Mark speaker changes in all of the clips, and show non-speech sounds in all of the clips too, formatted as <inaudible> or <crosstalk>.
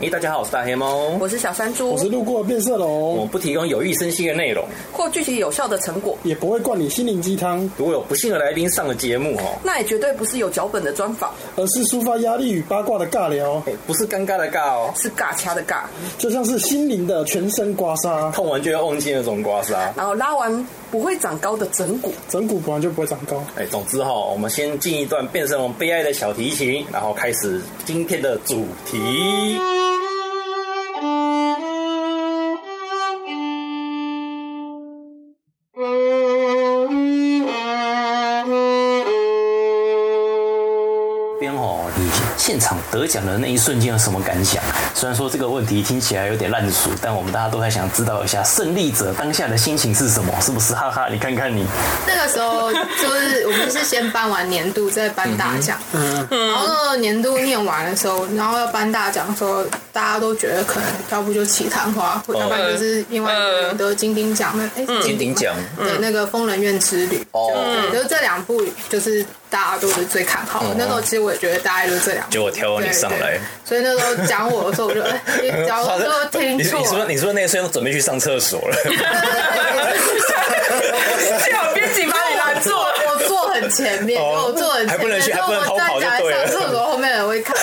Speaker 1: 诶，哎大家好，我是大黑猫。
Speaker 2: 我是小山猪
Speaker 3: 我，是路过的变色
Speaker 1: 我
Speaker 3: 龙，
Speaker 1: 不提供有益身心的内容。
Speaker 2: 或具体有效的成果，
Speaker 3: 也不会灌你心灵鸡汤，
Speaker 1: 如果有不幸的来宾上了节目哦，
Speaker 2: 那也绝对不是有脚本的专访，
Speaker 3: 而是抒发压力与八卦的尬聊，
Speaker 1: 诶哎不是尴尬的尬哦，
Speaker 2: 是尬掐的尬，
Speaker 3: 就像是心灵的全身刮痧，
Speaker 1: 痛完就要忘记那种刮痧。
Speaker 2: 然后拉完不会长高的整骨。
Speaker 3: 整骨本来就不会长高。
Speaker 1: 哎，总之哈、哦，我们先进一段变身龙悲哀的小提琴，然后开始今天的主题。边哦，你现场得奖的那一瞬间有什么感想？虽然说这个问题听起来有点烂俗，但我们大家都还想知道一下胜利者当下的心情是什么，是不是？哈哈，你看看你，
Speaker 4: 那个时候就是我们是先颁完年度，再颁大奖。
Speaker 5: 嗯
Speaker 4: 然后那个年度念完的时候，然后要颁大奖的时候，大家都觉得可能要不就齐昙花，
Speaker 5: 哦
Speaker 4: 或要不然就是另外一个
Speaker 5: 呃
Speaker 4: 人得金鼎奖的，哎，是金鼎奖
Speaker 5: 嗯
Speaker 4: 对那个《疯人院之旅》
Speaker 1: 哦
Speaker 4: 就对，就这两部就是大家都是最看好的。那时候其实我也觉得大概就是这两部。
Speaker 5: 结果挑哦你上来
Speaker 4: 对对所以那时候讲我的时候，我就
Speaker 5: <laughs>
Speaker 4: 哎，你讲我就听
Speaker 5: 你是
Speaker 4: 错
Speaker 5: 你是不是
Speaker 4: 了。
Speaker 5: 你是不是那一瞬间准备去上厕所
Speaker 4: <laughs>
Speaker 5: 了？
Speaker 2: 幸好哎编辑把你拦
Speaker 4: <laughs>
Speaker 2: 住了。
Speaker 4: 我坐很前面，
Speaker 5: 哦
Speaker 4: 我坐很
Speaker 5: 还
Speaker 4: 前面，
Speaker 5: 不能去还不能偷跑就对了
Speaker 4: 然后我站起来上厕所后面的人会看。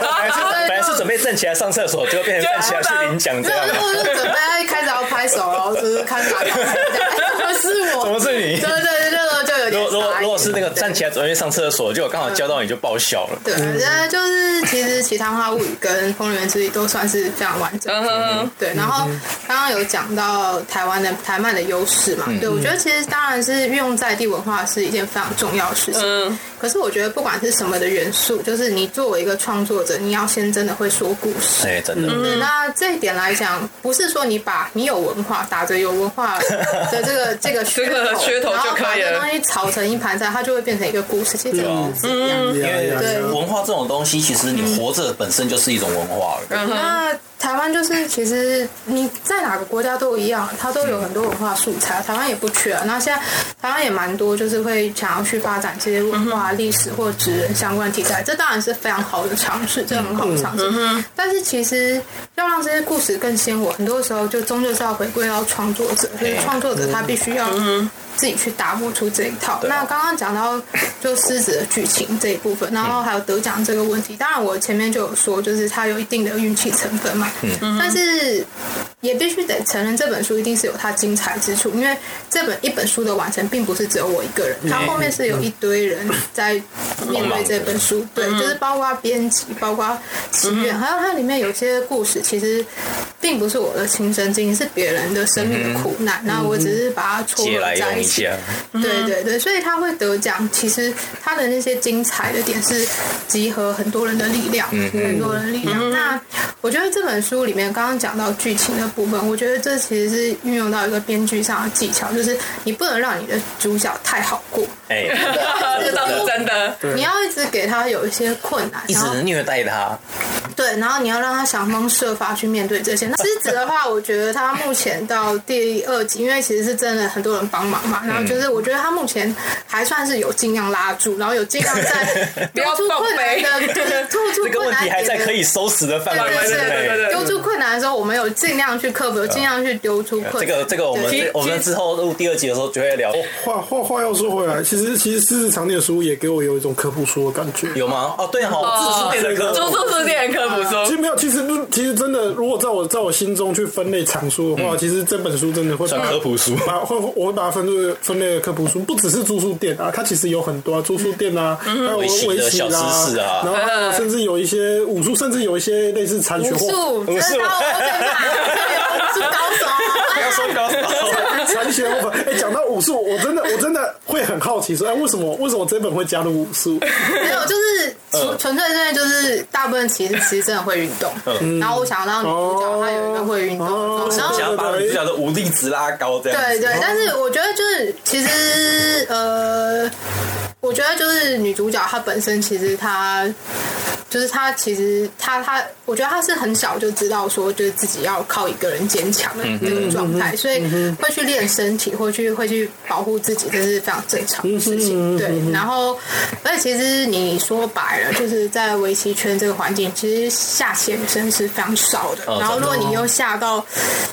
Speaker 5: 本来是本来是准备站起来上厕所，结果变成站起来去领奖
Speaker 4: <laughs> 没
Speaker 5: 这
Speaker 4: 有，
Speaker 5: 样吗？
Speaker 4: 我就准备要一开始要拍手，然后就是看打奖，哎，怎么是
Speaker 5: <laughs>
Speaker 4: 我？
Speaker 5: 怎么是你
Speaker 4: <laughs> 对对对，那时候就有
Speaker 5: 如
Speaker 4: 点
Speaker 5: 果如果
Speaker 4: 傻眼
Speaker 5: 如果是那个站起来准备上厕所，结果刚好叫到你就爆笑了。
Speaker 4: 对，那就是其实《其他花物语》跟《风人之旅》都算是非常完整
Speaker 2: 嗯
Speaker 4: 的。对，然后刚刚有讲到台湾的台漫的优势嘛，对我
Speaker 2: 嗯
Speaker 4: 觉得其实当然是运用在地文化是一件非常重要的事情。
Speaker 2: 嗯
Speaker 4: 可是我觉得不管是什么的元素，就是你作为一个创作者，你要先真的会说故事。
Speaker 5: 哎，真的，
Speaker 2: 嗯
Speaker 4: 对，那这一点来讲，不是说你把你有文化打着有文化的这个这个噱
Speaker 2: 这个
Speaker 4: 头，
Speaker 2: 噱头
Speaker 4: 然
Speaker 2: 就
Speaker 4: 后把
Speaker 2: 可以了
Speaker 4: 这东西炒成一盘菜，它就会变成一个故事。其实这个不是一样的。
Speaker 3: 因
Speaker 5: 因为
Speaker 4: 嗯哎对
Speaker 5: 文化这种东西，其实你活着本身就是一种文化了。
Speaker 4: 那台湾就是，其实你在哪个国家都一样，它都有很多文化素材，台湾也不缺、啊。那现在台湾也蛮多，就是会想要去发展这些文化、历史或职人相关题材，这当然是非常好的尝试，这很好的尝试。但是其实要让这些故事更鲜活，很多时候就终究是要回归到创作者，就是创作者他必须要。自己去打磨出这一套。
Speaker 5: 啊
Speaker 4: 那刚刚讲到就狮子的剧情这一部
Speaker 5: 嗯
Speaker 4: 分，然后还有得奖这个问题，当然我前面就有说，就是它有一定的运气成分嘛。嗯，但是也必须得承认，这本书一定是有它精彩之处，因为这本一本书的完成并不是只有我一个人，
Speaker 5: 嗯
Speaker 4: 它后面是有一堆人在面对这本
Speaker 5: 嗯
Speaker 4: 书，对，就是包括编辑，包括祈愿，还有它里面有些故事其实并不是我的亲身经历，是别人的生命的苦难，那我只是把它
Speaker 5: 嗯
Speaker 4: 撮
Speaker 5: 借
Speaker 4: 合
Speaker 5: 来
Speaker 4: 在
Speaker 5: 用
Speaker 4: 一
Speaker 5: 一
Speaker 4: 起。
Speaker 5: 下，
Speaker 4: 对对对，所以他会得奖。其实他的那些精彩的点是集合很多人的力量，
Speaker 5: 嗯
Speaker 4: 很多人的力量。那我觉得这本书里面刚刚讲到剧情的部分，我觉得这其实是运用到一个编剧上的技巧，就是你不能让你的主角太好过，
Speaker 5: 哎，
Speaker 2: 这倒是真的，
Speaker 4: 你要一直给他有一些困难，
Speaker 5: 一
Speaker 4: 然后
Speaker 5: 直虐待他，
Speaker 4: 对，然后你要让他想方设法去面对这些。那狮子的话，我觉得他目前到第二集，因为其实是真的很多人帮忙嘛，然后就是我觉得他目前还算是有尽量拉住，然后有尽量在
Speaker 2: 不要
Speaker 4: 丢出
Speaker 2: 报
Speaker 4: 困
Speaker 2: 备
Speaker 4: 难的，就是突出
Speaker 5: 这个
Speaker 4: 困
Speaker 5: 问
Speaker 4: 难
Speaker 5: 题还
Speaker 4: 点
Speaker 5: 在
Speaker 4: 的
Speaker 5: 可以收拾的范围
Speaker 4: 对
Speaker 5: 之
Speaker 4: 对对
Speaker 2: 对
Speaker 5: 内
Speaker 2: 对。
Speaker 4: 丢出困难的时候，我们有尽量去克服，尽量去丢出困
Speaker 5: 这
Speaker 4: 难。
Speaker 5: 个这个，我们
Speaker 4: 对
Speaker 5: 我们之后录第二集的时候就会聊。哦
Speaker 3: 话话话要说回来，其实其实狮子藏匿的书也给我有一种科普书的感觉。
Speaker 5: 有吗？哦，对哈，我自书店的科
Speaker 2: 猪
Speaker 5: 普，
Speaker 4: <laughs>
Speaker 2: 猪是电科普
Speaker 3: 其
Speaker 2: 说，
Speaker 3: 实没有，其实不其实真的，如果在我在我心中去分类藏书的话，其实这本书真的会
Speaker 5: 算
Speaker 3: 把
Speaker 5: 嗯科普书
Speaker 3: 把会我会把它分类分类为科普书，不只是租书店啊，它其实有很多啊，租书店啊，还有
Speaker 5: 围
Speaker 3: 围
Speaker 5: 嗯棋的
Speaker 3: 棋
Speaker 5: 小知识
Speaker 3: 啦
Speaker 5: 啊，
Speaker 3: 然后还有甚至有一些武术，甚至有一些类似残
Speaker 4: 嗯武
Speaker 3: 学或
Speaker 4: 术，真的高，我天哪，武术高手
Speaker 5: 不要
Speaker 4: 啊。
Speaker 5: 说不要说。
Speaker 3: 残学或哎，讲到武术，我真的我真的会很好奇说，哎，为什么为什么这本会加入武术？
Speaker 4: 没有，就是
Speaker 5: 嗯
Speaker 4: 纯纯粹因为就是大部分其实其实真的会运动，然后我想让女主角她有一个会运动
Speaker 3: 哦
Speaker 4: 的状态，
Speaker 5: 想
Speaker 4: 然后
Speaker 5: 要哦把女主角的武力值拉高，这样
Speaker 4: 对
Speaker 5: 子
Speaker 4: 对，但是我觉得就是其实呃，我觉得就是女主角她本身其实她。就是他其实他他，我觉得他是很小就知道说，就是自己要靠一个人坚强
Speaker 5: 嗯
Speaker 4: 的这个状态，所以会去练身体，会去会去保护自己，这是非常正常的事
Speaker 5: 嗯
Speaker 4: 情。对，然后而且其实你说白了，就是在围棋圈这个环境，其实下潜深是非常少的。
Speaker 5: 哦
Speaker 4: 然后如果
Speaker 5: 真的哦
Speaker 4: 你又下到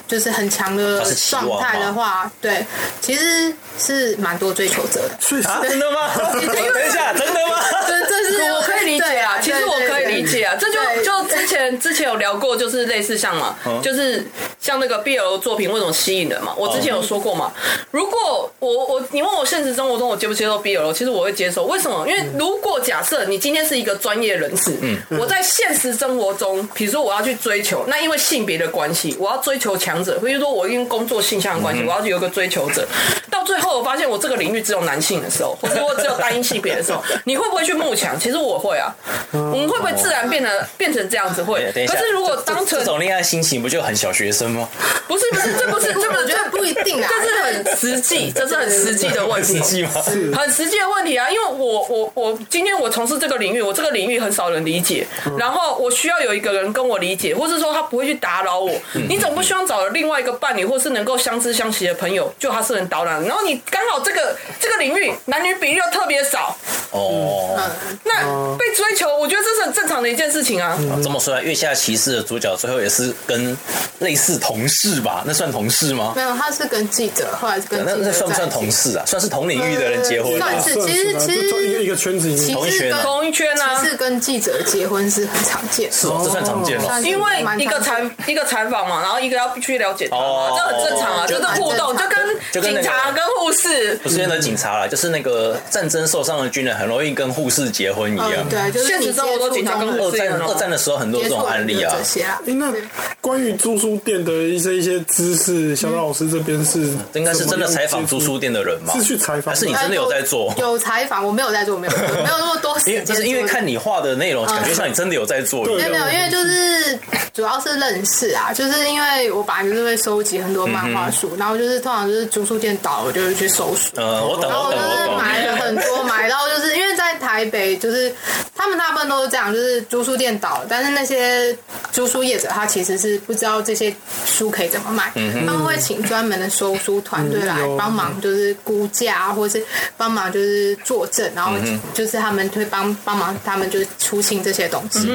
Speaker 4: 就是很强的
Speaker 5: 他是期望
Speaker 4: 状态的
Speaker 5: 吗
Speaker 4: 话，对，其实是蛮多追求者的。
Speaker 3: 所以是
Speaker 5: 啊，真的吗？等一下，真的吗？
Speaker 4: 对，这是
Speaker 2: 我可以理解啊，其实我可以理解啊，这就就之前之前有聊过，就是类似像嘛，就是像那个 BL 作品为什么吸引人嘛，我之前有说过嘛，如果我我你问我现实生活中我接不接受 BL，其实我会接受，为什么？因为如果假设你今天是一个专业人士，嗯，我在现实生活中，比如说我要去追求，那因为性别的关系，我要追求强者，或者说我因为工作性向的关系，我要有一个追求者，到最后我发现我这个领域只有男性的时候，或者我只有单一性别的时候，你会不会去慕强？其实我会啊，我们会不会自然变得变成这样子会
Speaker 5: 对？哎等一下
Speaker 2: 可是如果当成
Speaker 5: 这种恋爱心情不就很小学生吗？
Speaker 2: 不是不是，这不
Speaker 4: <laughs>
Speaker 2: 是这不
Speaker 4: 我觉得不一定啊，
Speaker 2: 这是很实际，这是很实际的问题
Speaker 5: 实。际吗？
Speaker 2: 很实际的问题啊，因为我我我今天我从事这个领域，我这个领域很少人理解，
Speaker 5: 嗯
Speaker 2: 然后我需要有一个人跟我理解，或是说他不会去打扰我。
Speaker 5: 嗯
Speaker 2: 你总不希望找另外一个伴侣，或是能够相知相惜的朋友，就他是能导览。然后你刚好这个这个领域男女比例又特别少，
Speaker 4: 呃
Speaker 5: 哦，
Speaker 2: 那被追求，我觉得这是很正常的一件事情啊。
Speaker 4: 嗯
Speaker 5: 这么说来，《月下骑士》的主角最后也是跟类似同事吧？那算同事吗？
Speaker 4: 没有，他是跟记者，后来是跟
Speaker 5: 那
Speaker 4: 记者
Speaker 5: 那算不算
Speaker 4: 在一起呃
Speaker 5: 同事啊？算是同领域的人结婚吧
Speaker 4: 算是其实
Speaker 3: 啊
Speaker 4: 其实
Speaker 3: 就从一个一个圈子里
Speaker 4: 其
Speaker 3: 面，
Speaker 5: 同一
Speaker 4: 实
Speaker 5: 圈
Speaker 4: 跟
Speaker 5: 啊
Speaker 2: 同一圈啊，
Speaker 4: 其实跟记者结婚是很常见的，
Speaker 5: 是哦，这算常见哦。
Speaker 4: 算是
Speaker 2: 因为
Speaker 4: 蛮
Speaker 2: 一个
Speaker 4: 常见的
Speaker 2: 采一个采访嘛，然后一个要去了解他嘛
Speaker 5: 哦，
Speaker 2: 这很正常啊，
Speaker 5: 就
Speaker 2: 这个互动就
Speaker 4: 就
Speaker 2: 跟
Speaker 5: 就跟那
Speaker 2: 警
Speaker 5: 个
Speaker 2: 察跟护士。
Speaker 5: 不是那个警察啦，就是那个战争受伤的军人，很容易跟护士结婚一样
Speaker 4: 嗯，。对，啊就是
Speaker 2: 现
Speaker 4: 你
Speaker 2: 实生活中警察跟
Speaker 5: 二
Speaker 2: 护士也
Speaker 5: 战
Speaker 2: 很容易
Speaker 5: 二战的时候很多
Speaker 4: 接
Speaker 5: 这
Speaker 4: 触
Speaker 5: 种
Speaker 4: 的
Speaker 5: 案例啊
Speaker 4: 就。这些啊，
Speaker 3: 诶那
Speaker 4: 对
Speaker 3: 关于租书店的一些一些知识，小赵老师这边是
Speaker 5: 嗯这应该是真的采访租书
Speaker 3: 书，
Speaker 5: 店的人吗？
Speaker 3: 是去采访吗，
Speaker 5: 还是你真的有在做？
Speaker 4: 呃有采访，我没有在做，没有没有那么多时
Speaker 5: 因
Speaker 4: 间
Speaker 5: 为
Speaker 4: 做，
Speaker 5: 这是因为看你画的内容，感觉上你真的有在做。
Speaker 3: 嗯对啊
Speaker 4: 没有没有，
Speaker 3: 对
Speaker 4: 因为就是主要是认识啊，就是因为我本来就是会收集很多漫画
Speaker 5: 嗯
Speaker 4: 书，然后就是通常就是租书店倒了，我就会去搜书。
Speaker 5: 呃，我懂，
Speaker 4: 然
Speaker 5: 我
Speaker 4: 后我
Speaker 5: 懂，
Speaker 4: 就
Speaker 5: 我
Speaker 4: 是
Speaker 2: 哦
Speaker 5: 懂。
Speaker 4: 买了很多，买到就是因为在台北，就是他们大部分都是这样，就是租书店倒了，但是那些租书业者他其实是不知道这些书可以怎么卖，他们会请专门的收书团队来
Speaker 3: 嗯有
Speaker 4: 帮忙，就是估价啊或是帮忙就是作证，然后就是他们会帮帮忙他们就是出清这些东西，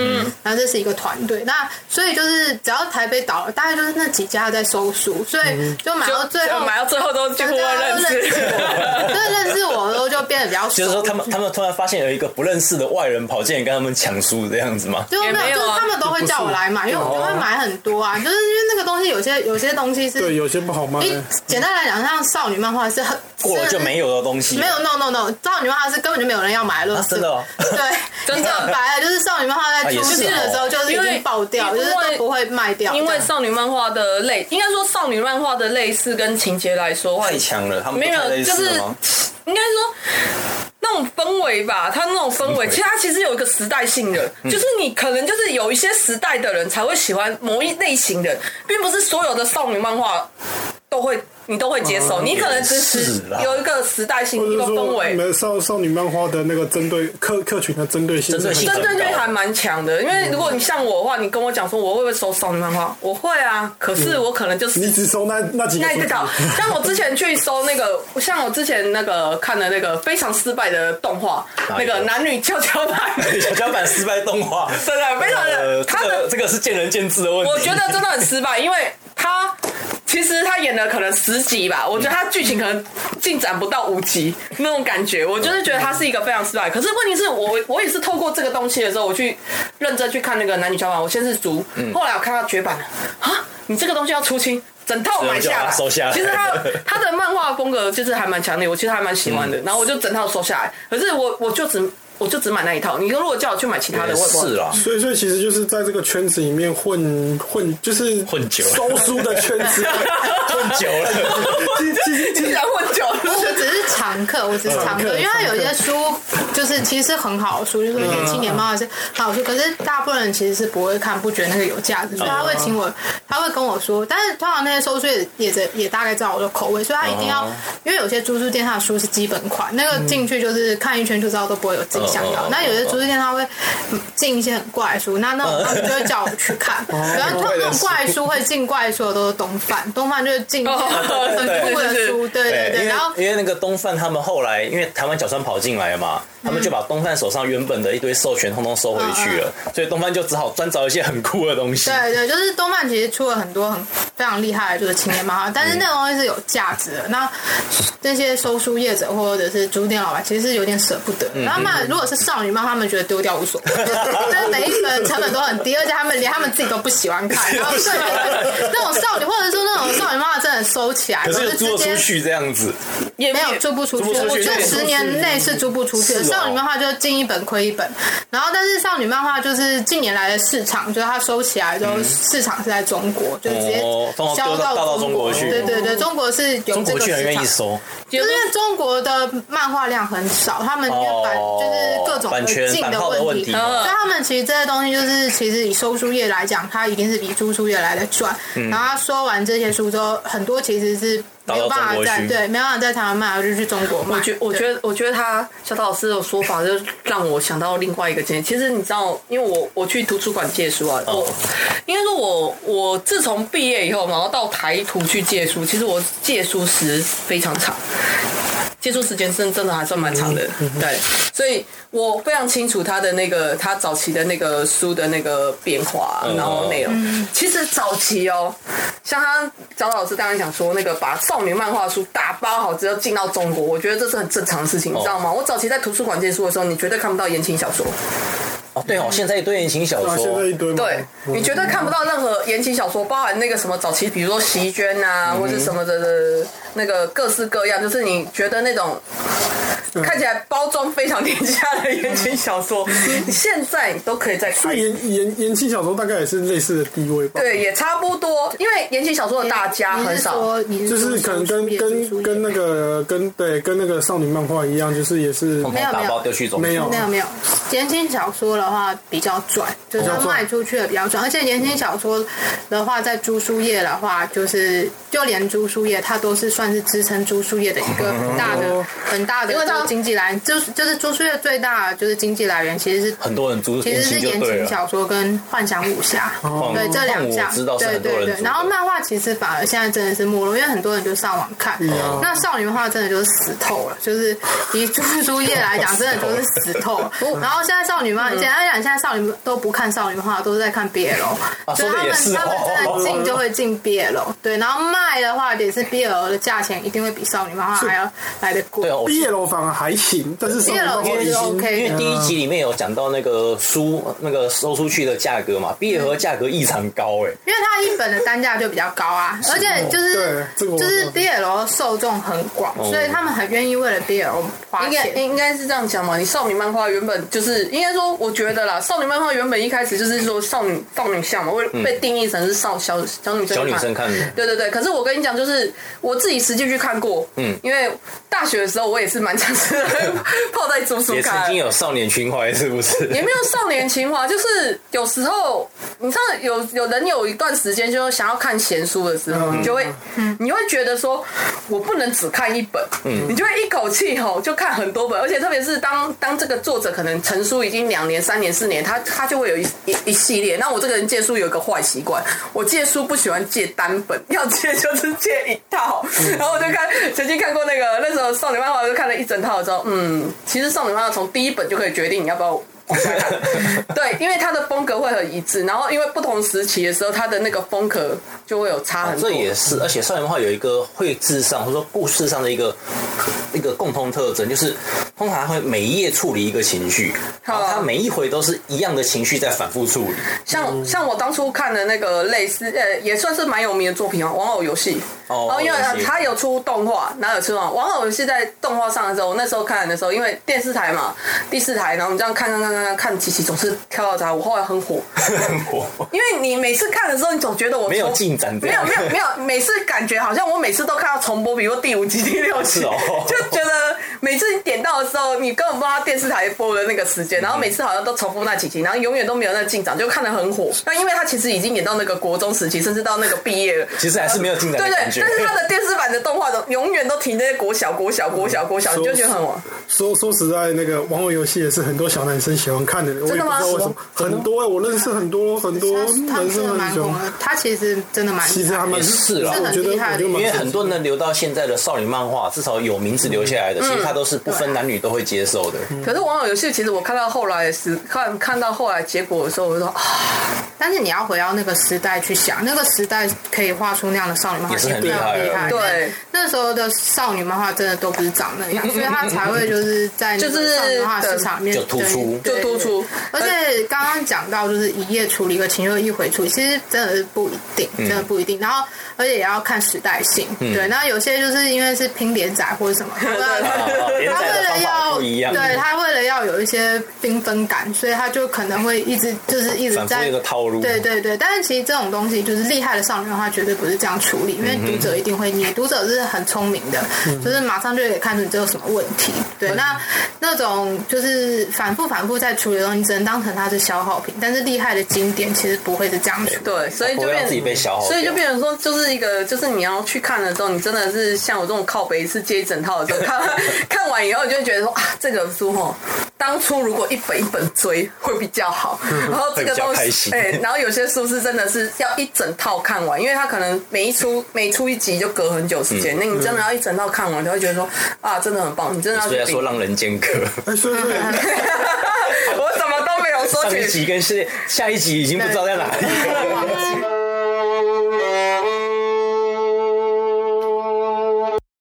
Speaker 4: 然后这是一个团队，那所以就是只要台北倒了，大概就是那几家在收书，所以嗯就买到最后
Speaker 2: 买到最后都几乎会认识， <laughs>
Speaker 4: 对，认识我的时候就变得比较熟。
Speaker 5: 就是说，他们他们突然发现有一个不认识的外人跑进来跟他们抢书这样子吗？
Speaker 4: 就没
Speaker 2: 也没
Speaker 4: 有，
Speaker 2: 有
Speaker 4: 就
Speaker 2: 啊
Speaker 4: 是他们都会叫我来买，因为我就会买很多啊。就是因为那个东西，有些有些东西
Speaker 3: 对
Speaker 4: 是，
Speaker 3: 有些啊不好卖，
Speaker 4: 一简单来讲，像少女漫画是很
Speaker 5: 过了就没
Speaker 4: 有。
Speaker 5: 有的东西，
Speaker 4: 没有，no no no，少女漫画是根本就没有人要买了、
Speaker 5: 啊真的哦 <laughs>
Speaker 4: 对，
Speaker 2: 真的
Speaker 4: 你讲白了，就是少女漫画
Speaker 5: 啊
Speaker 4: 在
Speaker 5: 也
Speaker 4: 出
Speaker 5: 是
Speaker 4: 现的时候，
Speaker 5: 哦
Speaker 4: 就是已
Speaker 2: 因为
Speaker 4: 经爆掉，
Speaker 2: 因
Speaker 4: 就
Speaker 2: 为
Speaker 4: 是都不会卖掉。
Speaker 2: 因为
Speaker 4: 这样
Speaker 2: 少女漫画的类，应该说少女漫画的类似跟情节来说的话，
Speaker 5: 太强了，他们
Speaker 2: 没
Speaker 5: 都太
Speaker 2: 有，
Speaker 5: 类
Speaker 2: 就是
Speaker 5: 似了吗？
Speaker 2: 应该说那种氛围吧，它那种氛围，其实它其实有一个时代性的，就是你可能就是有一些时代的人才会喜欢某一类型的，并不是所有的少女漫画都会你都会接受，你可能只
Speaker 5: 是
Speaker 2: 哦是
Speaker 5: 啦
Speaker 2: 有一个时代性
Speaker 3: 或
Speaker 2: 一个
Speaker 3: 者
Speaker 2: 氛
Speaker 3: 说
Speaker 2: 围
Speaker 3: 你。们少少女漫画的那个针对客客群的针对性是很，
Speaker 5: 针对性
Speaker 2: 针对
Speaker 5: 很
Speaker 2: 性
Speaker 5: 高
Speaker 2: 还蛮强的，因为如果你像我的话，你跟我讲说我会不会收少女漫画，我会啊，可是我可能就是
Speaker 3: 你只收那那
Speaker 5: <laughs>
Speaker 3: 几个
Speaker 2: 那
Speaker 3: 主
Speaker 2: 一
Speaker 3: 题
Speaker 2: 个岛，像我之前去搜那个，像我之前那个看的那个非常失败的动画，
Speaker 5: 哪
Speaker 2: 那
Speaker 5: 一个
Speaker 2: 个男女跷
Speaker 5: <laughs>
Speaker 2: 跷板，
Speaker 5: 小脚板失败动画，
Speaker 2: 真的非常
Speaker 5: 呃，这
Speaker 2: 的，他的
Speaker 5: 个这个是见仁见智的问题。
Speaker 2: <laughs> 我觉得真的很失败，因为他其实他演了可能十集吧，我觉得他剧情可能进展不到五集那种感觉，我就是觉得他是一个非常失败。可是问题是我我也是透过这个东西的时候，我去认真去看那个男女交往，我先是足，
Speaker 5: 嗯
Speaker 2: 后来我看到绝版了啊，你这个东西要出清。整套买下来，
Speaker 5: 收下来
Speaker 2: 其实
Speaker 5: <laughs>
Speaker 2: 他他的漫画风格就是还蛮强烈，我其实还蛮喜欢的。
Speaker 5: 嗯
Speaker 2: 然后我就整套收下来，可是我我就只我就只买那一套。你如果叫我去买其他的，
Speaker 5: 也
Speaker 2: 我也不会
Speaker 5: <laughs>
Speaker 2: <laughs>
Speaker 5: 是啦，啊
Speaker 3: 所以，所以其实就是在这个圈子里面混混，就是
Speaker 5: 混久了 <laughs>
Speaker 3: 收书的圈子。
Speaker 5: 混久了，
Speaker 3: 其实其实其
Speaker 2: 竟
Speaker 3: 实
Speaker 2: 然混久了，
Speaker 4: 我只是常客，我只是常
Speaker 3: 常客
Speaker 4: 客，因为它有一些书就是其实是很好的书，就是给青年妈妈是很好书，可是大部分人其实是不会看，不觉得那个有价值，所以他会请我，他会跟我说，但是通常那些收书也也也大概知道我的口味，所以他一定要，因为有些租书店它的书是基本款，那个进去就是看一圈就知道都不会有自己想要
Speaker 5: 嗯嗯嗯，
Speaker 4: 那有些租书店他会嗯进一些很怪的书，那那种他们就会叫我去看，然后那种怪书会进怪书的都是东贩，东贩就是进一些
Speaker 2: 哦
Speaker 4: <laughs> 很酷的
Speaker 2: 对
Speaker 4: 书，对对
Speaker 5: 因
Speaker 4: 对，
Speaker 5: 为
Speaker 4: 然后。
Speaker 5: 因为那个东贩他们后来，因为台湾角川跑进来了嘛，他们就把东贩手上原本的一堆授权通通收回去
Speaker 4: 嗯
Speaker 5: 了，所以东贩就只好专找一些很酷的东西。
Speaker 4: 对对，就是动漫其实出了很多很非常厉害的，就是青年漫画，但
Speaker 5: 嗯
Speaker 4: 是那个东西是有价值的。那那些收书业者或者是书店老板，其实是有点舍不得。
Speaker 5: 嗯
Speaker 4: 然后他们如果是少女漫，他们觉得丢掉无所谓， <laughs> 但是每一本成本都很低，而且他们连他们自己都不喜欢
Speaker 5: <laughs>
Speaker 4: 看。然后对对对， <laughs> 那种少女或者说那种少女漫画真的收起来，
Speaker 5: 可是
Speaker 4: 然
Speaker 5: 又
Speaker 4: 后
Speaker 5: 租
Speaker 4: 就
Speaker 5: 得
Speaker 4: 直接
Speaker 5: 出去这样子，
Speaker 2: 也
Speaker 4: 没有租不出去，
Speaker 5: 租不出
Speaker 4: 我
Speaker 5: 去
Speaker 4: 觉得
Speaker 5: 对
Speaker 4: 十年内是租不出去的。
Speaker 5: 是哦
Speaker 4: 少女漫画就进一本亏一本，然后但是少女漫画就是近年来的市场，就是它收起来之后，市场是在中国，就直接
Speaker 5: 嗯哦放到
Speaker 4: 销
Speaker 5: 丢到到到中
Speaker 4: 中
Speaker 5: 国
Speaker 4: 国
Speaker 5: 去
Speaker 4: 对
Speaker 2: 哦
Speaker 4: 对对，中国是有
Speaker 5: 中
Speaker 4: 这
Speaker 5: 国
Speaker 4: 个
Speaker 5: 居然
Speaker 4: 市
Speaker 5: 愿
Speaker 4: 场
Speaker 5: 意。收，哦
Speaker 4: 就是因为中国的漫画量很少，他们因为版、
Speaker 5: 哦
Speaker 4: 就是各种
Speaker 5: 版权
Speaker 4: 禁
Speaker 5: 版号的问
Speaker 4: 问
Speaker 5: 题
Speaker 4: 所以他们其实这些东西就是，其实以收书业来讲，它一定是比租书业来的赚。然后他收完这些书之后，很多其实是没有办
Speaker 5: 嗯到中
Speaker 4: 法
Speaker 5: 国去
Speaker 4: 在对没有办法在台湾卖，就去中国卖。
Speaker 2: 我觉我觉得我觉得他小岛老师的说法，就让我想到另外一个经验。其实你知道，因为我我去图书馆借书啊，我应该说我我自从毕业以后，然后到台图去借书，其实我借书时非常长，接触时间真真的还算蛮长的，对，所以我非常清楚他的那个他早期的那个书的那个变化，然后内容。其实早期哦，像他找老师刚才讲说那个把少女漫画书打包好，直接进到中国，我觉得这是很正常的事情，你知道吗？我早期在图书馆借书的时候，你绝对看不到言情小说，
Speaker 5: 哦，对哦，
Speaker 4: 嗯
Speaker 5: 现在一堆言情小
Speaker 3: 啊，现在
Speaker 5: 说
Speaker 3: 一，堆嘛
Speaker 2: 对，你绝对看不到任何言情小说，包含那个什么早期，比如说席绢
Speaker 5: 嗯
Speaker 2: 啊，或者什么的的，那个各式各样，就是你觉得那种
Speaker 5: 嗯
Speaker 2: 看起来包装非常廉价的言情小说，你现在都可以再
Speaker 3: 所
Speaker 2: 看
Speaker 3: 以。言言言情小说大概也是类似的地位吧。
Speaker 2: 对，也差不多，因为言情小说的大家很少。
Speaker 4: 你是
Speaker 3: 就
Speaker 4: 说
Speaker 3: 是可能跟
Speaker 4: 你是说书
Speaker 3: 跟跟
Speaker 4: 业
Speaker 3: 那个跟对跟那个少女漫画一样，就是也是
Speaker 5: 通
Speaker 4: 没有
Speaker 5: 通打
Speaker 4: 没有
Speaker 5: 包丢去中国
Speaker 3: 没有
Speaker 4: 没有没有，言情小说的话比较赚，就是它
Speaker 3: 比较赚
Speaker 4: 卖出去的比较赚，而且言情小说的话，在租书业的话，就是就连租书业，它都是算是支撑租书业的一个很大
Speaker 3: 哦
Speaker 4: 的很大的
Speaker 2: 因为它
Speaker 4: 这个经济来源，就是就是租书业最大的就是经济来源其实是。
Speaker 5: 很多人租
Speaker 4: 其
Speaker 5: 言
Speaker 4: 实
Speaker 5: 情
Speaker 4: 是
Speaker 5: 就
Speaker 4: 言
Speaker 5: 对
Speaker 4: 情
Speaker 5: 了。
Speaker 4: 小说跟幻想武侠，
Speaker 5: 哦
Speaker 4: 对这两
Speaker 5: 幻
Speaker 4: 项
Speaker 5: 我知道，是
Speaker 4: 对
Speaker 5: 很多人租
Speaker 4: 对对
Speaker 5: 的。
Speaker 4: 然后漫画其实反而现在真的是没落，因为很多人就上网看。那少女漫画真的就是死透了，就是以租书业来讲，真的都是死透了。然后现在少女漫画，简单讲，现在少女都不看少女漫画，都是在看 BL，所以
Speaker 5: 啊说
Speaker 4: 他
Speaker 5: 得也
Speaker 4: 们
Speaker 5: 是
Speaker 4: 他们真
Speaker 5: 哦
Speaker 4: 的进就会进 BL，对。然后卖的话也是 BL 的价钱一定会比少女漫画还要来的贵
Speaker 5: 对。哦，我
Speaker 3: 毕业楼反而还行，但是少女漫画
Speaker 4: 毕业
Speaker 3: 已
Speaker 4: 楼
Speaker 3: 经
Speaker 4: OK
Speaker 5: 因为第一集里面有讲到那个书那个收出去的价格嘛，毕业
Speaker 4: 嗯
Speaker 5: 盒价格异常高哎、
Speaker 4: 因为它一本的单价就比较高啊，而且就是
Speaker 3: 对这个我
Speaker 4: 就是
Speaker 3: 懂哦
Speaker 4: BL 受众很广，所以他们很愿意为了 BL 花
Speaker 2: 应该
Speaker 4: 钱。
Speaker 2: 应该是这样讲嘛？你少女漫画原本就是，应该说，我觉得啦，少女漫画原本一开始就是说少女少女向嘛，会被定义成是少小小女
Speaker 5: 嗯
Speaker 2: 生
Speaker 5: 小
Speaker 2: 看
Speaker 5: 女生看的。
Speaker 2: <laughs> 对对对，可是我跟你讲，就是我自己实际去看过，嗯，因为大学的时候我也是蛮
Speaker 5: <laughs>
Speaker 2: 常是泡在租书
Speaker 5: 也曾
Speaker 2: 看
Speaker 5: 经，有少年情怀，是不是？
Speaker 2: 也没有少年情怀，就是有时候你知道有有人有一段时间就想要看闲书的时候，你就会，你会觉得说我不能只看一本，你就会一口气吼就看很多本，而且特别是当当这个作者可能成书已经两年、三年、四年，他他就会有一一一系列。那我这个人借书有一个坏习惯，我借书不喜欢借单本，要借就是借一套。然后我就看曾经看过那个那时候少女漫画，我就看了一整套之后，嗯，其实少女漫画从第一本就可以决定你要不要。 <laughs> 对，因为它的风格会很一致，然后因为不同时期的时候，它的那个风格
Speaker 5: 哦
Speaker 2: 就会有差很多。
Speaker 5: 嗯这也是，而且少年漫画有一个绘制上或者说故事上的一个一个共通特征，就是通常它会每一页处理一个情绪，然后它每一回都是一样的情绪在反复
Speaker 2: <laughs>
Speaker 5: 处理。
Speaker 2: 像像我当初看的那个类似呃，也算是蛮有名的作品啊，《玩偶游戏》。
Speaker 5: 哦
Speaker 2: 然后因为呃
Speaker 5: 玩偶游戏
Speaker 2: 它有出动画，哪有出动画？玩偶游戏在动画上的时候，我那时候看的时候，因为电视台嘛，第四台，然后我们这样看看看看看看几集，总是跳到闸。我后来很火，
Speaker 5: 我
Speaker 2: 因为你每次看的时候，你总觉得我
Speaker 5: 没有
Speaker 2: 重
Speaker 5: 进展这
Speaker 2: 没有
Speaker 5: 样
Speaker 2: 没有没有，每次感觉好像我每次都看到重播，比如说第五集、第六集，
Speaker 5: 是哦
Speaker 2: 就觉得每次你点到的时候，你根本不知道电视台播的那个时间，然后每次好像都重复那几集，然后永远都没有那进展，就看得很火。那因为他其实已经演到那个国中时期，甚至到那个毕业了。
Speaker 5: <laughs> 其实还是没有进展
Speaker 2: 对
Speaker 5: 的
Speaker 2: 对
Speaker 5: 感，觉。
Speaker 2: 但是他的电视版的动画总永远都停在国小、国小、国小、国小，你就觉得很晚。
Speaker 3: 说说实在，那个玩偶游戏也是很多小男生喜欢看的，我也不
Speaker 2: 真
Speaker 3: 知
Speaker 2: 的吗
Speaker 3: 道为什么，很多、欸、我认识很多很多
Speaker 4: 他
Speaker 3: 男
Speaker 4: 们真的
Speaker 3: 生
Speaker 4: 蛮
Speaker 3: 很喜
Speaker 4: 红
Speaker 3: 欢，
Speaker 4: 的，他其实真的蛮
Speaker 3: 其实还蛮
Speaker 5: 也是啦
Speaker 3: 我觉得我
Speaker 4: 是很厉害
Speaker 3: 觉
Speaker 4: 的
Speaker 3: 得蛮
Speaker 5: 因为很多能留到现在的少女漫画，至少有名字留下
Speaker 2: 嗯
Speaker 5: 来的，其实它都是不分男女都会接受的。
Speaker 2: 可是玩偶游戏，其实我看到后来是看看到后来结果的时候，我就说啊，
Speaker 4: 但是你要回到那个时代去想，那个时代可以画出那样的少女漫画，
Speaker 5: 也是很
Speaker 4: 非常
Speaker 5: 厉害啊
Speaker 4: 厉
Speaker 5: 了
Speaker 4: 害。
Speaker 2: 对，
Speaker 4: 那时候的少女漫画真的都不是长那样，所以她才会就是在那个
Speaker 2: 就是
Speaker 4: 少女漫画市场里面
Speaker 5: 就突出
Speaker 4: 对
Speaker 2: 就突出
Speaker 4: 对对而且刚刚讲到就是一页处理一个情绪，一回处理，其实真的是不一定，
Speaker 5: 嗯
Speaker 4: 真的不一定。然后而且也要看时代性，对。那有些就是因为是拼连载或者
Speaker 2: <laughs>
Speaker 4: 什么，
Speaker 5: 啊连载的
Speaker 4: 他为了
Speaker 5: 方法
Speaker 4: 要
Speaker 5: 不一样，
Speaker 4: 对他为了要有一些缤纷感，所以他就可能会一直就是一直
Speaker 5: 反复
Speaker 4: 在
Speaker 5: 一个套路。
Speaker 4: 对对对，但是其实这种东西就是厉害的少女漫画绝对不是这样处理，因
Speaker 5: 嗯
Speaker 4: 为读者一定会捏，读者是很聪明的，就是马上就可以看出你这有什么问题。对，那那种就是反复反复在处理的东西，你只能当成它是消耗品。但是厉害的经典其实不会是这样处理。
Speaker 2: 对，所以
Speaker 5: 啊不
Speaker 2: 就
Speaker 5: 会让
Speaker 2: 变
Speaker 5: 自己被消耗掉，
Speaker 2: 所以就变成说，就是一个，就是你要去看的时候，你真的是像我这种靠北是接一整套
Speaker 5: <laughs>
Speaker 2: 的时候，看看完以后，你就会觉得说啊，这个书哦，当初如果一本一本追会比较好。然后这个东
Speaker 5: 嗯会比较开
Speaker 2: 西，
Speaker 5: 心
Speaker 2: 哎、然后有些书是真的是要一整套看完，因为它可能每一出每出一集就隔很久时
Speaker 5: 嗯
Speaker 2: 间，那你真的要一整套看完，你才会觉得说啊，真的很棒，你真的要
Speaker 5: 所以
Speaker 2: 去
Speaker 5: 要
Speaker 2: 比。
Speaker 5: 说让人间隔。
Speaker 3: 哎、所以所以
Speaker 2: <laughs>
Speaker 4: <laughs>
Speaker 2: 我什么都没有说
Speaker 5: 上一
Speaker 2: 起。
Speaker 5: 集跟是下一集已经不知道在哪里了。
Speaker 4: 网